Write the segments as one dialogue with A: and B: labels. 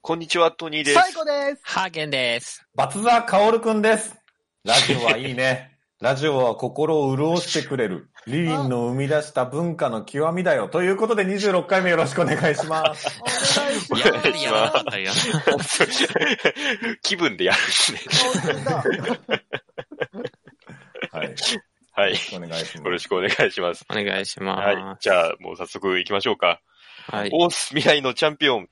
A: こんにちは、トニーです。
B: 最後です。
C: ハーゲンです。
D: バツザカオルくんです。ラジオはいい ね。ラジオは心を潤してくれる。リリンの生み出した文化の極みだよ。ということで26回目よろしくお願いします。
B: お願いし
A: お
B: ま
A: 願
C: や
A: いし
C: っ
A: ま
C: ぱ
A: す
C: りやらなんだやらない。
A: 気分でやるんですね。
B: す。顔死んだ
D: はい。よ
A: はい
D: ろ。しくお願いし
A: よ
D: ま
A: ろ
D: す。
A: しくお願いします。
C: お願いし
A: はい
C: ま。
A: じゃあ、もう早速行きましょうか。
C: す。はい。
A: オース未来のチャンピオン。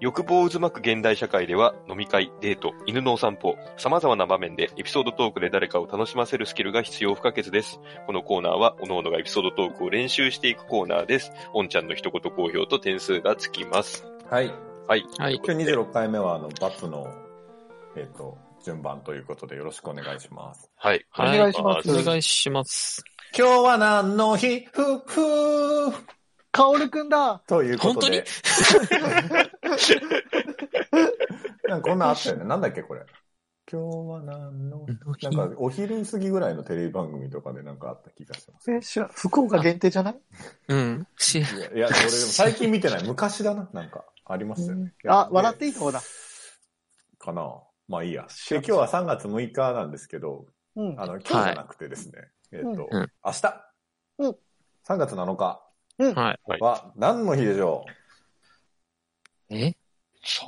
A: 欲望を渦巻く現代社会では、飲み会、デート、犬のお散歩、様々な場面でエピソードトークで誰かを楽しませるスキルが必要不可欠です。このコーナーは、各々がエピソードトークを練習していくコーナーです。おんちゃんの一言好評と点数がつきます。
D: はい。
A: はい。
C: はい。
D: 今日26回目は、あの、バツの、えっ、と、順番ということでよろしくお願いし ます。
A: はい。
C: は
B: お
C: い
B: 願いします
C: お願いします。
D: 今日は何の日ふっふー
B: カオルくんだ。
D: ということで。
C: 本当に
D: なんかこんなんあったよね。なんだっけ、これ。今日は何の日なんか、お昼過ぎぐらいのテレビ番組とかでなんかあった気がします。
B: え、し福岡限定じゃない
C: うん。し
D: いや、いや俺でも最近見てない。昔だな。なんか、ありましたよね。
B: あ、笑ってていい方だ。
D: かなまあいいや。で、今日は3月6日なんですけど、
B: うん。
D: あの、今日じゃなくてですね、えっ、と、
C: うん
D: 明日、
B: うん
D: 3月7日
C: は
D: は何の日でしょ
C: い。え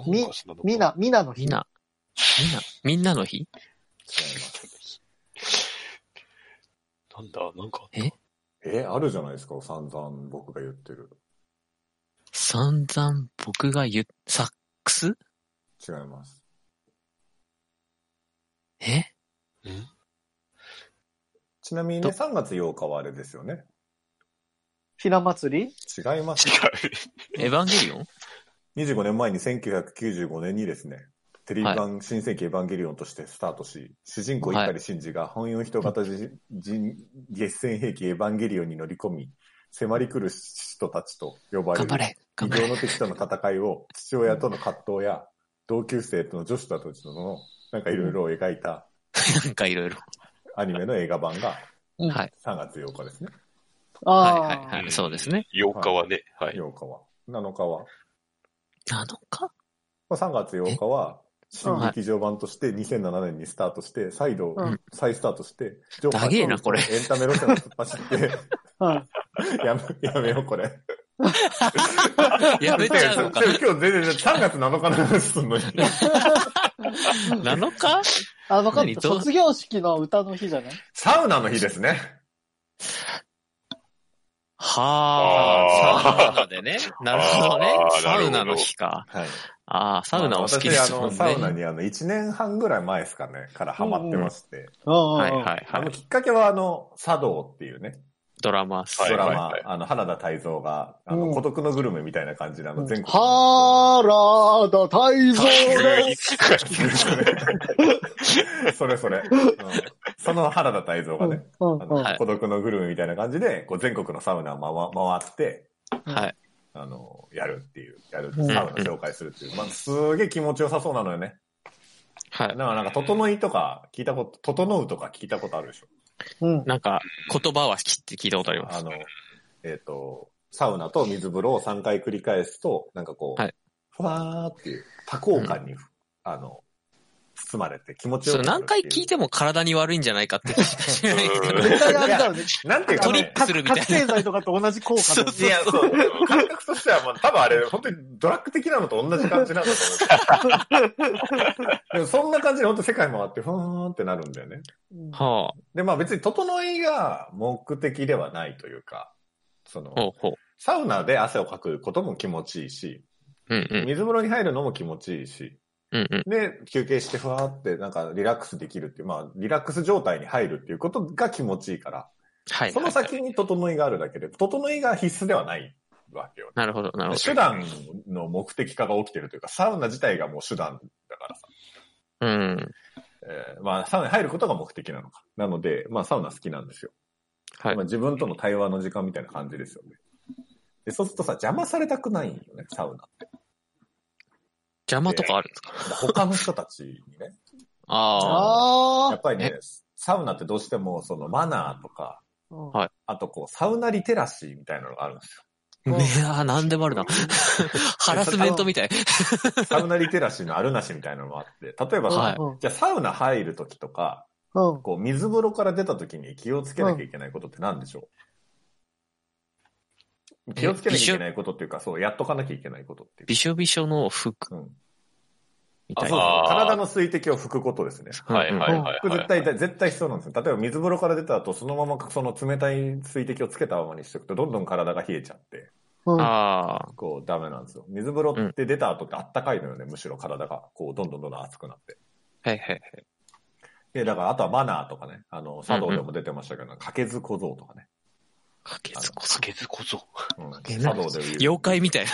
B: みみな、みなの
C: み
B: 日
C: ん。な。みんな、みんなの日
A: なんだ、なんか。
D: う、え、あるじゃないですか、散々僕が言ってる。
C: 散々僕が言っ、サックス
D: 違います。
C: え
D: ちなみにね、3月8日はあれですよね。
B: ひな祭り
D: 違います。
A: 違う。
C: エヴァンゲリオン
D: 25年前に1995年にですね、テレビ版、新世紀エヴァンゲリオンとしてスタートし、主人公
C: はい
D: 碇シンジが本用人型じ人月戦兵器エヴァンゲリオンに乗り込み、迫り来る人たちと呼ばれ
C: 頑張
D: る、
C: れ頑
D: 異
C: 張れ
D: 形の敵との戦いを、父親との葛藤や、同級生との女子たちとの、なんかいろいろ描いた
C: なんかいろいろ。
D: アニメの映画版が
B: うん
C: はい。
D: 3月8日ですね、
C: はい
B: あ
C: はい
B: あ。
C: はい。そうですね。
A: 8日はね、はい。
D: 8日は。7日は。
C: 7日
D: まあ3月8日は、新劇場版として2007年にスタートして、再度
B: うん、
D: 再スタートして、
C: 長えなこれ
D: エンタメ路線を突っ走って、
B: うん
D: やめ、 やめよう、これ。
C: やめちゃ うのかな
D: でも今日全然、3月7日の話 すんのに。
C: ?7 日
B: あ、わかっ
C: 何
B: た。
C: どう
B: 卒業式の歌の日じゃない
D: サウナの日ですね。
C: は
A: あ
C: あ、
A: ー
C: サウナでね。なるほどね
A: あ。ーな
C: サ
A: るほど
C: ウナの日か。
D: はい。
C: ああ、サウナお好きで
D: まあ
C: す
D: 私、
C: も
D: あ
C: ん
D: の、
C: ね。
D: サウナにあの、1年半ぐらい前ですかね、からハマってまして。
B: うんうんうん
C: はいはい
D: あ
C: は
D: の、
C: い。
D: きっかけはあの、茶道っていうね、
C: ドラマっす。
A: はい
D: ドラマ
A: はい、
D: あの、花田泰造が、あ
B: うん
D: の、孤独のグルメみたいな感じで、あの、全国。
B: 原田泰造
A: 急
B: で
A: に
B: す。
D: それそれ。うんその原田泰造がね、
B: うん
D: あ
B: うん
D: の
B: うん
C: はい
D: 孤独のグルメみたいな感じで、こう全国のサウナを回回って、
C: はい。
D: あの、やるっていう、やる、
B: うん
D: サウナ紹介するっていう。まあ、すげえ気持ちよさそうなのよね。
C: は
D: だ
C: い
D: か。らなんか、整いとか聞いたこと、整うとか聞いたことあるでしょ。
B: うん。
C: なんか、言葉はきって聞いたことありま
D: あ
C: す。
D: の、えっ、と、サウナと水風呂を3回繰り返すと、なんかこう、
C: はい
D: ふわーっていう多幸感に、あの、包まれて気持ちよ
C: そ
D: く
C: れ
D: なる
C: 何
D: ってい
C: 回
D: う
C: 聞いても体に悪いんじゃないかって気がしないけ ど。
B: 絶対あれだよね。
D: なんていうか
C: ト
D: ね、
C: リップするみたい
B: 覚
C: な
B: 醒剤とかと同じ効果だよ
D: いや、そう。感覚としては、まあ、多分あれ、本当にドラッグ的なのと同じ感じなんだ と思う。でもそんな感じで本当世界回って、ふーんってなるんだよね。
B: うん
C: は
D: で、まあ別に整いが目的ではないというか、その
C: あ、、ほうほう。
D: サウナで汗をかくことも気持ちいいし、
C: うんうん。
D: 水風呂に入るのも気持ちいいし、
C: うんうん。
D: で、休憩してふわーってなんかリラックスできるっていう、まあリラックス状態に入るっていうことが気持ちいいから、
C: はい。
D: その先に整いがあるだけで、整いが必須ではないわけよね
C: なるほど、なるほど。
D: 手段の目的化が起きてるというか、サウナ自体がもう手段だからさ。
C: うん。
D: えーまあ、サウナに入ることが目的なのか。なので、まあ、サウナ好きなんですよ。
C: はい
D: まあ、。自分との対話の時間みたいな感じですよね。で、そうするとさ、邪魔されたくないんよね、サウナ。
C: 邪魔とかあるんですか
D: 他の人たちにね。
C: ああ。
D: や
B: あ
D: っぱりね、サウナってどうしても、そのマナーとか、
B: うん
C: はい
D: あと、こう、サウナリテラシーみたいなのがあるんです
C: いやー、なんでもあるな。ハラスメントみたい。
D: よ。サウナリテラシーのあるなしみたいなのもあって、例えばさ、
C: はい
B: うん
D: じゃあサウナ入るときとか、
B: うん。
D: こう、水風呂から出たときに気をつけなきゃいけないことって何でしょう、気をつけなきゃいけないことっていうか、そう、やっとかなきゃいけないことっていうか。
C: びしょびしょの服
D: うん。
C: み
D: あ
C: た
D: そ
C: い
D: うそう
C: な。
A: あー
D: 体の水滴を拭くことですね。
A: はいはいはいはい。
D: これ絶対、絶対必要なんですよ。例えば水風呂から出た後、そのままその冷たい水滴をつけたままにしておくと、どんどん体が冷えちゃって、
B: うん。
C: ああ、
D: こうダメなんですよ。水風呂って出た後ってあったかいのよね、むしろ体が。こう、どんどんどんどん熱くなって。
C: はいはい。
D: で、だからあとはマナーとかね、あの、茶道でも出てましたけど、かけず小僧とかね。
C: かけずこ
A: かけずこそ。
D: うん、
C: けず
D: 茶道で言う。
C: 妖怪みたいな。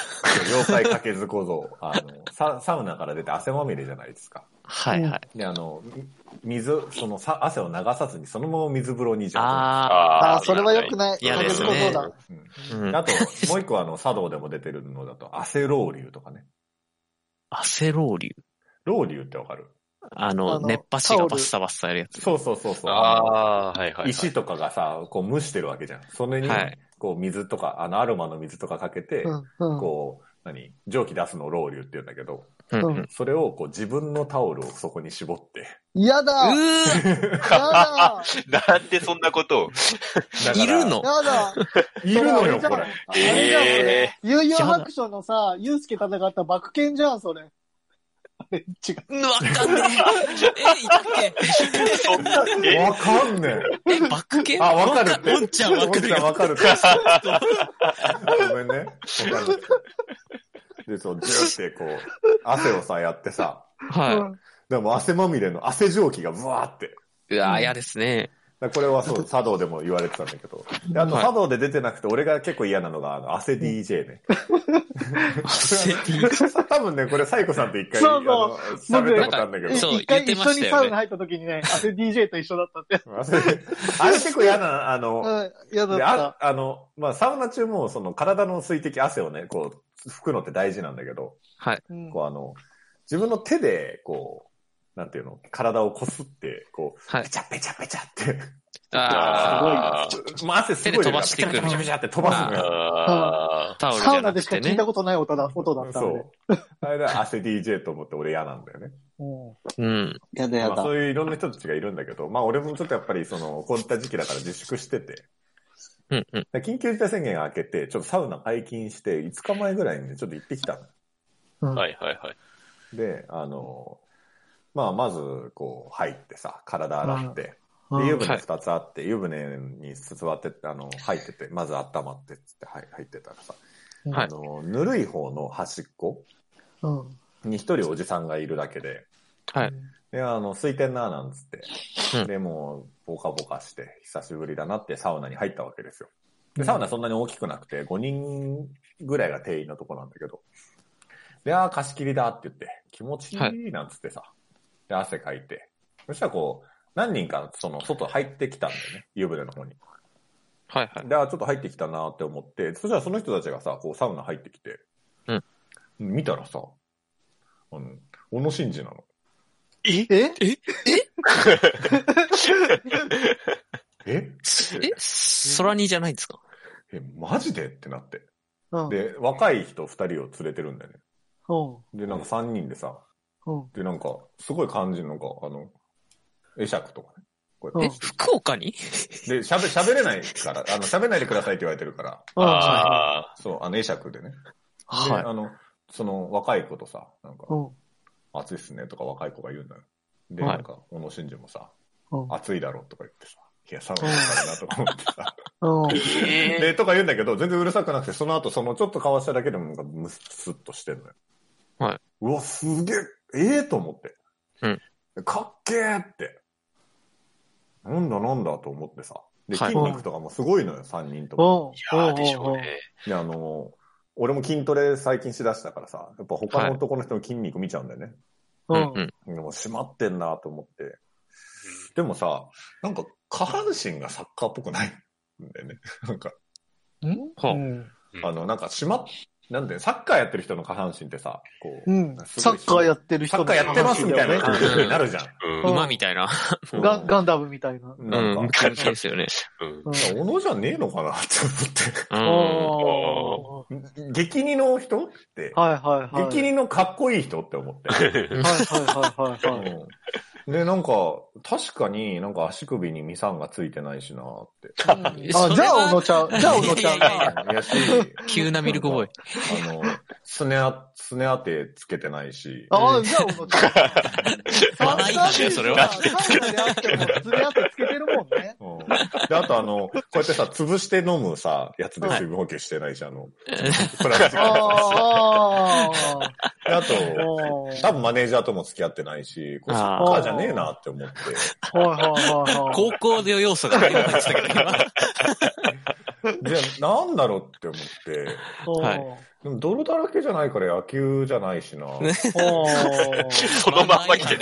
D: 妖怪かけず小僧。あのサ、サウナから出て汗まみれじゃないですか。
C: はいはい。
D: で、あの、み水、そのさ汗を流さずにそのまま水風呂にじゃ
C: あ
A: あ
B: あーそれは良くない。
C: 嫌
B: か
C: で
B: け
C: す
B: ず
C: ね
B: こそうだ。
D: うん
C: あ、うん
D: あと、もう一個あの、茶道でも出てるのだと、汗ロウリュとかね。
C: 汗ロウリュ。
D: ロウリュってわかる
C: あ
B: あ
C: の、
B: の
C: 熱波師がバッサバッサやるやつ。
D: そうそうそうそう。
A: ああ、はいはい。
D: 石とかがさ、こう蒸してるわけじゃん。それに
C: はい、
D: こう水とか、あの、アロマの水とかかけて、
B: うん。うん。
D: こう、何蒸気出すのをロウリュって言うんだけど、
C: うんうん
B: う
D: それをこう自分のタオルをそこに絞って。
B: 嫌だや
C: うー
B: だ
A: なんでそんなことを。
D: だから
C: いるの
B: やだ
D: いるのよ、
B: そ
D: こ
B: れ
D: れ。
B: あれじゃんそれ
A: え
B: 悠々白書のさ、ユうスケ戦ったバク剣じゃん、それ。あれ、違う。
C: わかんねえ。え、いたっ
A: えそんな、え
D: わかんね
C: けえ、バック系
D: あわかるって
C: おんちゃんわかる
D: え。
C: よ。
D: わかるって。ごめんね。わかる。で、そう、ジューってこう、汗をさ、やってさ、
C: は
D: でも汗まみれの汗蒸気がブワーって。
C: い。うわー、嫌です ね。
D: だからこれはそう、茶道でも言われてたんだけど。であと、
C: はい
D: 茶道で出てなくて、俺が結構嫌なのが、あの、汗 DJ ね。
C: 汗
D: 多分ね、これ、サイコさんと一回、あ
B: そう
D: の
B: そう
D: 喋ったことあるんだけ
B: え
D: ど。
C: そう
B: 一回
C: 言って
B: 一
C: ま
B: 緒
C: した
B: に
C: よね
B: サウナ入った時にね、汗 DJ と一緒だった って。
D: 汗あれ結構嫌な、あの、
B: うん、嫌だっ
D: で、
B: た
D: あ。あの、まあ、サウナ中も、その、体の水滴、汗をね、こう、拭くのって大事なんだけど、
B: うん
D: こう、あの、自分の手で、こう、なんていうの、体をこすって、こう、
C: はい
D: ペチャペチャペチャって、
A: あー
D: まあ、汗すごい出るか
C: 手で飛ば
D: ら
C: してくる
D: ペチャペチャペチャって飛ばすのよ。
A: あ
C: タオルじ
B: サウ
C: ゃ
B: ナ
C: な
B: で
C: く
B: しか
C: て
B: 聞い
C: ね
B: た。ことない音だ音だったんで。
D: そう。あれだ、汗 DJ と思って俺嫌なんだよね。
B: うん
C: うん。
B: やだ
D: まあ、そういういろんな人たちがいるんだけど、まあ俺もちょっとやっぱりその、こういった時期だから自粛してて、
C: うんうん。
D: で緊急事態宣言が明けて、ちょっとサウナ解禁して、5日前ぐらいにねちょっと行ってきたの。
A: ーはいはいはい。
D: で、あの、まあまず、こう、入ってさ、体洗って、で、
B: うん
D: 湯船2つあって、湯船に座って、あの、入ってて、まず温まってっつってはい入ってたらさ、
C: はい
D: あの、ぬるい方の端っこ
B: うん
D: に一人おじさんがいるだけで、
C: はい。
D: で、あの、空いてんな、なんつっ
C: う
D: て。
C: ん
D: で、もう、ボカボカして、久しぶりだなってサウナに入ったわけですよ。で、サウナそんなに大きくなくて、5人ぐらいが定員のとこなんだけど。で、あー貸し切りだって言って、気持ちい
C: はい
D: い、なんつってさ。で、汗かいて。そしたらこう、何人か、その、外入ってきたんだよね。湯船の方に。
C: はいはい。
D: で、あーちょっと入ってきたなって思って、そしたらその人たちがさ、こう、サウナ入ってきて。
C: うん
D: 見たらさ、あの、小野真二なの。
A: え
B: え
D: え
C: え、ソラニじゃないんですか
D: え、マジでってなって。
B: うんうん
D: で、若い人二人を連れてるんだよね。
B: う
D: で、なんか三人でさ、
B: ん
D: で、なんか、すごい感じの、なんか、あの、会釈とかね。こうや
C: え、
D: って
C: 福岡に
D: で、喋、喋れないから、あの、喋れないでくださいって言われてるから、
B: あ
A: あ
D: そう、あの、会釈でね。で、
C: はい。
D: あの、その、若い子とさ、なんか
B: う、ん
D: 暑いっすねとか若い子が言うんだよ。で、
C: はい
D: なんか、小野真二もさ、
B: うん
D: 暑いだろうとか言ってさ、いや、寒いからなとか思って さ、
B: うん
A: ー。え
D: で、とか言うんだけど、全然うるさくなくて、その後、そのちょっと交わしただけでも、なんか、むすっとしてんのよ。
C: はい。
D: うわ、すげえ、ええと思って。かっけえって。なんだなんだと思ってさ。で、
C: はい
D: 筋肉とかもすごいのよ、3人と
B: う
D: も。
B: ん
A: いやーでしょうね。
D: で、あの、俺も筋トレ最近しだしたからさ、やっぱ他の男の人の筋肉見ちゃうんだよね。
B: う
C: うんん
B: う
C: うんん。
D: でも、締まってんなと思って。でもさ、なんか、下半身がサッ カーっぽくないんだよね。なんか、
C: は
B: うん
D: あの、なんか、しまっ、なんで、サッカーやってる人の下半身ってさ、こう、
B: うん。
D: す
B: サ
D: ごい
B: ッカーやってる
D: サ
B: 人
D: ッカーやってますみたいな感じになるじゃん。
A: うん。
B: うん
A: う
C: 馬みたいな。
B: ガンガンダムみたいな。
C: う
D: なん
C: ん、
D: か、
C: 感じですよね。
A: ん。
B: うん
D: 小野じゃねえのかなって
C: うん。
B: あ
D: 思って。 激似の人って
B: あ。、はいはいはい。
D: 激似のかっこいい人って思って。
B: はいはいはいはいはい。
D: うんで、なんか、確かになんか足首にミサンがついてないしなって。
C: えそ
B: あ、
C: れは
B: じゃあ、おのちゃん、じゃあ、おのちゃん
C: いやいやい
B: が。
D: いやし
C: 急なミルクボーイ。
D: あの、すねあ、すね当てつけてないし。
B: ああ、じゃあ、おのちゃん。
C: まあいいんじゃんそれは
B: サウナであっても、釣り合ってつけてるもんね。
D: うんで、あとあの、こうやってさ、潰して飲むさ、やつで水分補給してないし、あ の、プラスチック
B: ああ。
D: であと、
B: おー
D: 多分マネージャーとも付き合ってないし、これサッカーじゃねえなって思って。
B: はいはいはいはい。
C: 高校の要素がありましたけど、今。
D: じゃあ、なんだろうって思って。
B: おー
C: はい
D: でも、泥だらけじゃないから野球じゃな いしな。
B: お
A: そのまんま来てる。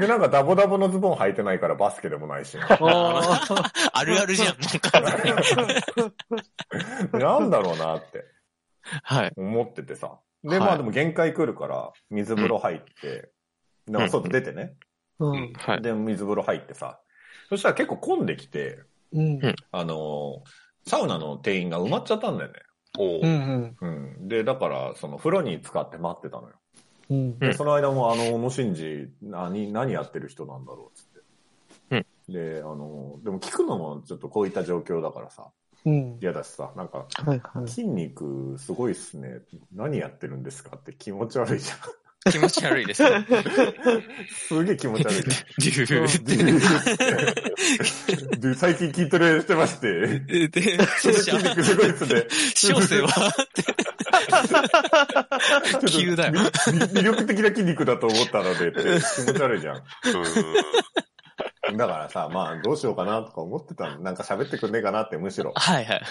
D: で、なんかダボダボのズボン履いてないからバスケでもないしな。
B: ーおー
C: あるあるじゃん、もう完全に。
D: でなんだろうなって
C: はい。
D: 思っててさ。で、
C: はい
D: まあでも限界来るから、水風呂入って、だから外出てね。
B: うん。
C: はい。
D: で、水風呂入ってさ。そしたら結構混んできて、
B: うん。
D: あのーサウナの定員が埋まっちゃったんだよね。
A: お
B: う。
A: うん
D: うん。で、だから、その風呂に使って待ってたのよ。
B: うん。
C: う
D: で、
C: ん
D: その間も、あの、もしんじ、何、何やってる人なんだろう、つって。で、あの、でも聞くのもちょっとこういった状況だからさ、
B: うん。
D: 嫌だしさ、なんか、
B: はいはい。
D: 筋肉すごいっすね。何やってるんですかって気持ち悪いじゃ
C: 気持ち悪いですね。
D: ん。すげえ気持ち悪いじゃん。
C: デュ
D: で
C: ー
D: で最近筋トレしてまして、
C: で、で、
D: 筋肉すごいっすね。
C: 小生は、
D: ちょっと
C: 急だよ
D: み魅力的な筋肉だと思ったのでって気持ち悪いじゃん。だからさ、まあどうしようかなとか思ってたの。なんか喋ってくんねえかなってむしろ。
C: はいはい。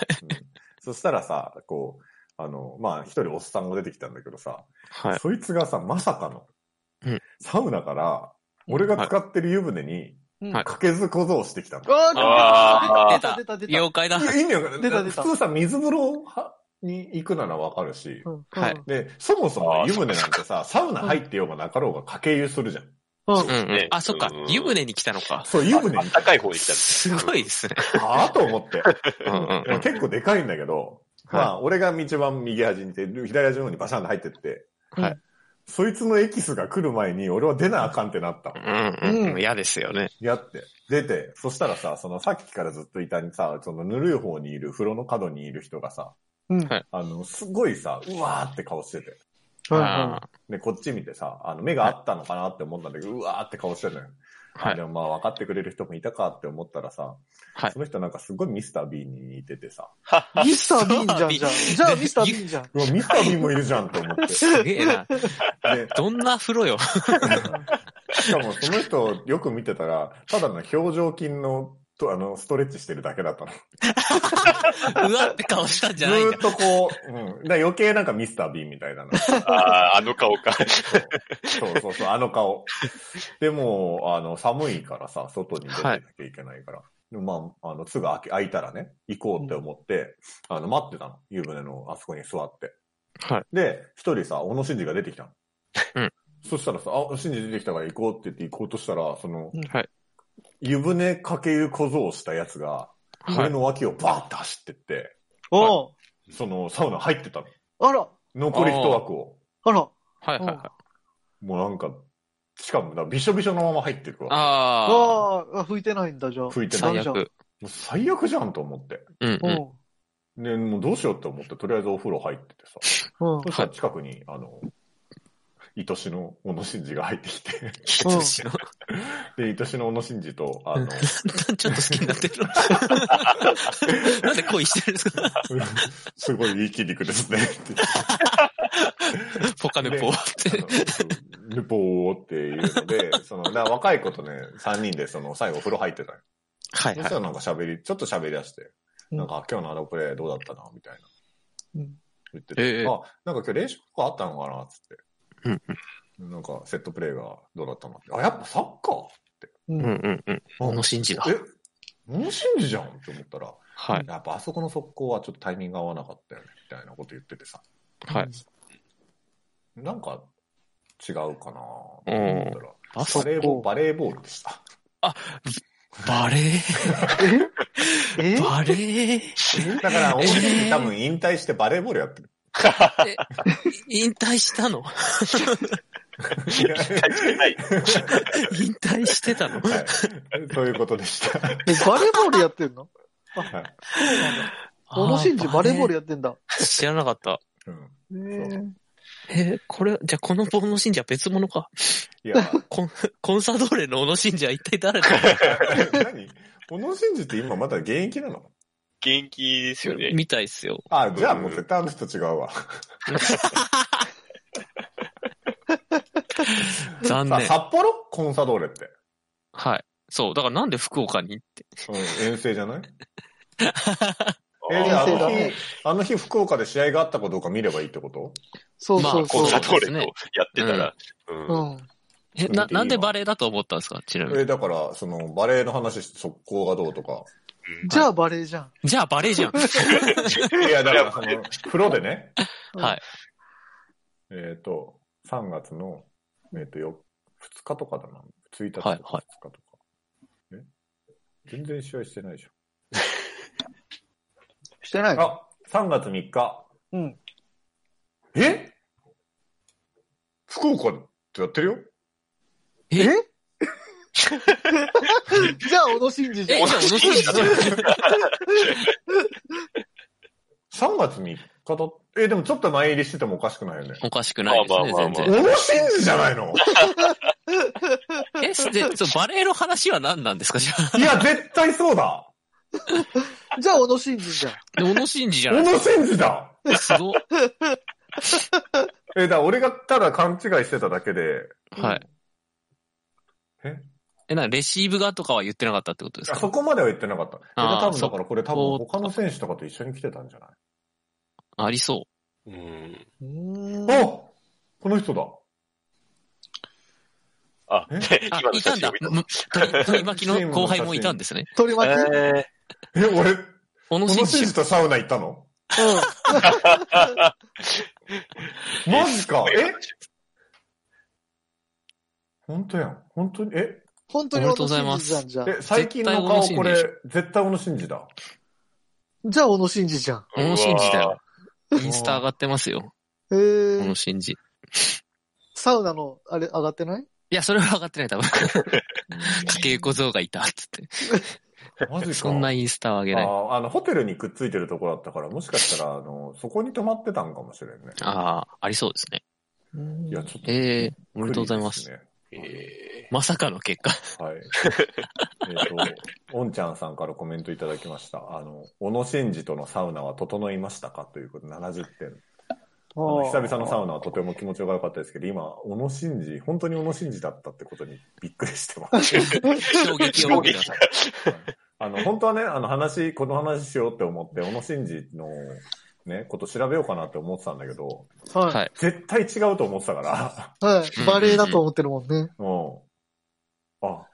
D: そしたらさ、こう、あの、まあ一人おっさんが出てきたんだけどさ、
C: はい。
D: そいつがさ、まさかの、
C: うん
D: サウナから、俺が使ってる湯船に、
C: はい
D: かけず小僧をしてきたの。
A: あ
B: あー
A: ー
B: 出た出た出た出た。
C: 妖怪だ
D: い。や意味わかん
B: 出
D: な
B: た
D: い。
B: 出た
D: 普通さ、水風呂に行くならわかるし
B: う、ん
C: はい
D: で、そもそも
A: あー
D: 湯船なんてさ、サウナ入ってようがなかろうがかけ湯するじゃん。
B: うん
C: うんうん。あ、そっか
A: うん。
C: 湯船に来たのか。
D: そう、湯船
A: あ
D: に。
A: ったかい方に来た。
C: すごいですね。
D: ああと思って。
C: うんうん
D: まあ結構でかいんだけど、
C: はい
D: まあ、俺が道番右端にいて、左端の方にバシャンと入ってって、
C: はい
D: そいつのエキスが来る前に、俺は出なあかんってなったの。
C: うんうんうん。嫌ですよね。
D: やって、出て、そしたらさ、そのさっきからずっといたにさ、そのぬるい方にいる、風呂の角にいる人がさ、
B: うん。
C: はい
D: あの、すごいさ、うわーって顔してて。
B: は
C: あ
D: で、こっち見てさ、あの、目があったのかなって思ったんだけど、うわーって顔してたのよ。
C: ーはい
D: で。もまあ、分かってくれる人もいたかって思ったらさ、
C: はい
D: その人なんかすごいミスター・ビーンに似ててさ、
B: いはい。ミスター・ビーンじゃんじゃん。じゃあ、ミスター・ビーン じゃん。
D: うわ、ミスター・ビーンもいるじゃん と思って。
C: すげえな。
D: で、
C: どんな風呂よ。
D: しかもその人をよく見てたら、ただの表情筋の、とあの、ストレッチしてるだけだったの。
C: うわって顔したんじ
D: ず
C: ゃないん
D: ーっ
C: だ。
D: とこう、うん。だから余計なんかミスター・ビーンみたいなの。
A: あーあの顔か。
D: そうそうそう、あの顔。でも、あの、寒いからさ、外に出てなきゃいけないから。でもまあ、あの、すぐ開け開いたらね、行こうって思って、あの、待ってたの。湯船のあそこに座って。
C: はい。
D: で、一人さ、小野真二が出てきたの。
C: うん。
D: そしたらさ、あ、真二出てきたから行こうって言って行こうとしたら、その、
C: はい。
D: 湯船かけ湯小僧をしたやつが、
C: は
D: 俺
C: い。
D: の脇をバーって走ってって、
B: おう
D: その、サウナ入ってたの。
B: あら、
D: 残り一枠を。
B: あら。
C: はいはいはい。
D: もうなんか、しかもな、びしょびしょのまま入っていくわ。
C: あ
B: ああ、拭いてないんだ、じゃあ。
D: 吹い
C: あ。
D: てない。
C: 最
D: も
B: じゃん
C: 悪。
D: う最悪じゃんと思って。
C: うん
B: う
C: うん。
B: ん。
D: で、もうどうしようって思って、とりあえずお風呂入っててさ。
B: うん。
D: そしたら近くに、あの、愛しの小野真二が入ってきて、
C: 人志の。
D: で、愛しの小野真二と、あ の、
C: ちょっと好きになって る。なんで恋してるんですか
D: すごいいい筋肉ですね。って
C: ポカネポって。
D: あのぬぽーっていうので、その、な若い子とね、3人で、その、最後お風呂入ってたよ。
C: はい
D: そ
C: は
D: し
C: い
D: た。らなんか喋り、ちょっと喋り出して、
B: うん
D: なんか今日のあのプレイどうだったな、みたいな。
B: うん
D: 言ってて、
C: ええ
D: あ、なんか今日練習とかあったのかな、つって。
C: うん
D: なんかセットプレーがどうだったのあ、やっぱサッカー
B: う
C: うん
B: ん。
C: うんうん。
D: あ
C: 小野真二だ。
D: え、小野伸二じゃんって思ったら、
A: はい。
D: やっぱあそこの速攻はちょっとタイミング合わなかったよね、みたいなこと言っててさ。
A: はい。
D: なんか、違うかなと
A: うん
D: 思ったら、
C: あ
D: バレーボール、バレーボールでした。
C: バレー、
B: え
C: バレー。
D: だから、大西多分引退してバレーボールやってる。
C: え引退したの
A: ない。
C: 引退して たの
D: はい。ということでした。
B: えバレーボールやってんの
D: はい
B: 小野伸二バレーボール
C: や
B: やってんだ。
C: 知らなかった。
D: うん
B: ええ
C: えーこれ、じゃあこのボの信者は別物か。
D: いや、
C: コン、コンサドーレの小野信者は一体誰だ
D: 何小野伸二って今まだ現役なの
A: 元気です よね。
C: みたいっすよ。
D: あ、じゃあもう絶対あの人違うわ。
C: 残
D: さ
C: 念。
D: 札幌コンサドーレって。
C: はい。そう。だからなんで福岡にって。
D: うん、遠征じゃ ないえ
B: ー
D: じゃああ
B: 遠征だ
D: の
B: ね
D: 日、あの日福岡で試合があったかどうか見ればいいってこと
B: そうそう
A: コ
B: そ
A: ン
B: う。
A: サドーレとやってたら、う。
B: うんん。
C: え、な、なんでバレーだと思ったんですかちなみに。
D: え、だから、その、バレーの話して速攻がどうとか。
B: じゃあバレーじゃん。
C: じゃあバレーじゃん。
D: いや、だから、その、風呂でね、
C: はい。
D: えっ、と、3月の、えっ、と、よ、2日とかだな。1日とか
C: はい
D: 2日
C: はい
D: とか。え全然試合してないじ
B: してな
D: ゃ
B: い
D: ん。
B: の
D: あ、3月3日。
B: うん。
D: え福岡ってやってるよ
B: え じゃあ、小野伸二じゃん
C: え、じゃあ小野信者じゃん。
D: ?3 月3日だえ、でもちょっと前入りしててもおかしくないよね。
C: おかしくないですね、
A: まあまあ
C: 全
A: まあ
D: 小
C: 然。
D: 野伸二じゃないの
C: え、すで、そうバレーの話は何なんですかじゃあ。
D: いや、絶対そうだ
B: じゃあ、小野伸二じゃん。
C: で小野信二じゃ
D: 小
C: ない
D: 野伸二だ
C: すごっ。
D: え、だから俺がただ勘違いしてただけで、
C: はい。
D: え
C: え、な、レシーブがとかは言ってなかったってことです
D: あ
C: か
D: そこまでは言ってなかった。え
C: あー
D: 多分だからこれ多
C: そ
D: 分
C: う
D: 他の選手とかと一緒に来てたんじゃない
C: ありそ
A: うん。
B: う
D: あ
B: ーん。
D: この人だ。
A: あ、
D: え
C: う。あ
A: 今、の
C: い
A: 写
C: たん
A: 真
C: だ
A: を見。た。
C: む取り取り巻きの後輩もいたんですね。
B: 取り
A: え
B: 巻きうん。
A: ー
D: え、俺、こ
C: 小野
D: の
C: 信
D: 選
C: 二
D: 手とサウナ行ったのマジかえ本当やん。本当に、え
B: 本当に小野伸二じゃん、じゃあ。
D: え、最近の顔これ、絶対小野伸二だ。
B: じゃあ、小野伸二じゃん。
C: 小野信二だ
A: うわ
C: よ。インスタ上がってますよ。
B: え
C: 小
B: ー、
C: 野信二。い
B: サウナの、あれ、上がってない
C: や、それは上がってない、多分。家計小僧がいた、つって。
D: マジか。
C: そんなインスタを上げない。
D: あーあの、ホテルにくっついてるところだったから、もしかしたら、あの、そこに泊まってたんかもしれんね。
C: ああ、ありそうですね。
D: いや、ちょっと。
C: ええお
D: お
C: めでとうございます。
A: え
C: まさかの結果。
D: はい。えっ、と、 おんちゃんさんからコメントいただきました。あの、小野伸二とのサウナは整いましたかということで、70点。
B: あ
D: あの久々のサ
B: ナ。
D: ウナはとても気持ちが良かったですけど、今、小野伸二、本当に小野伸二だったってことにびっくりしてます。
C: 衝撃を受けてください。
D: あの、本当はね、あの話、この話しようって思って、小野伸二の、ね、こと調べようかなって思ってたんだけど、
B: はい。
C: はい。
D: 絶対違うと思ってたから、
B: はい。バレーだと思ってるもんね。
D: もう、あ、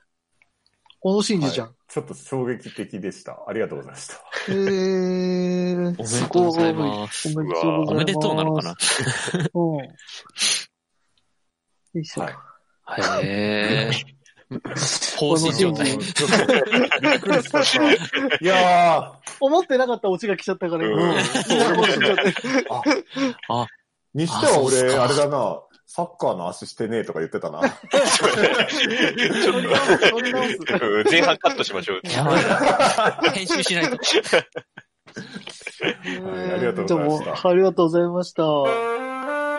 B: 小野伸二じゃん。
D: ちょっと衝撃的でした。ありがとうございました。
B: えー、
C: おめでとうございますす。
B: ごい。おめでとうございます。
C: おめでとうなのかな
B: うん。よいしょ。
D: はい
C: へえ。放心状態。
D: ちょっとびっくりしました。いや
B: 思ってなかったオチが来ちゃったから、
A: うん
D: ー、
B: 今。
D: うん。
C: あ
D: にしては
C: あそうっ
D: 俺、
C: すか
D: あれだな、サッカーの足してねえとか言ってたな。
A: ーちょっ
B: 取り直す。
A: と、うん前半カットしましょう。
C: やばいな。編集しないと。
D: はいありがとうございました
B: どうもありがとうございました。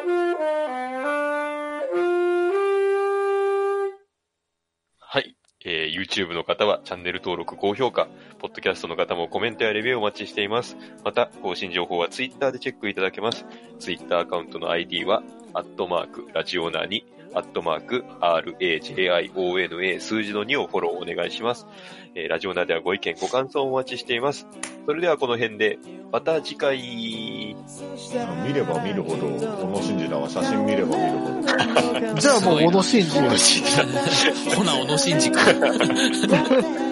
A: はい。えー YouTube の方はチャンネル登録、高評価、ポッドキャストの方もコメントやレビューをお待ちしています。また、更新情報は Twitter でチェックいただけます。Twitter アカウントの ID は、アットマーク、ラジオナーに、アットマーク、RAJIONA 数字の2をフォローお願いします。えーラジオナーではご意見、ご感想をお待ちしています。それではこの辺で、また次回。
D: 見れば見るほど、小野伸二だわ。写真見れば見るほど。
B: じゃあもう、小野伸二を。
C: ほな、小野信二君。
E: Thank you.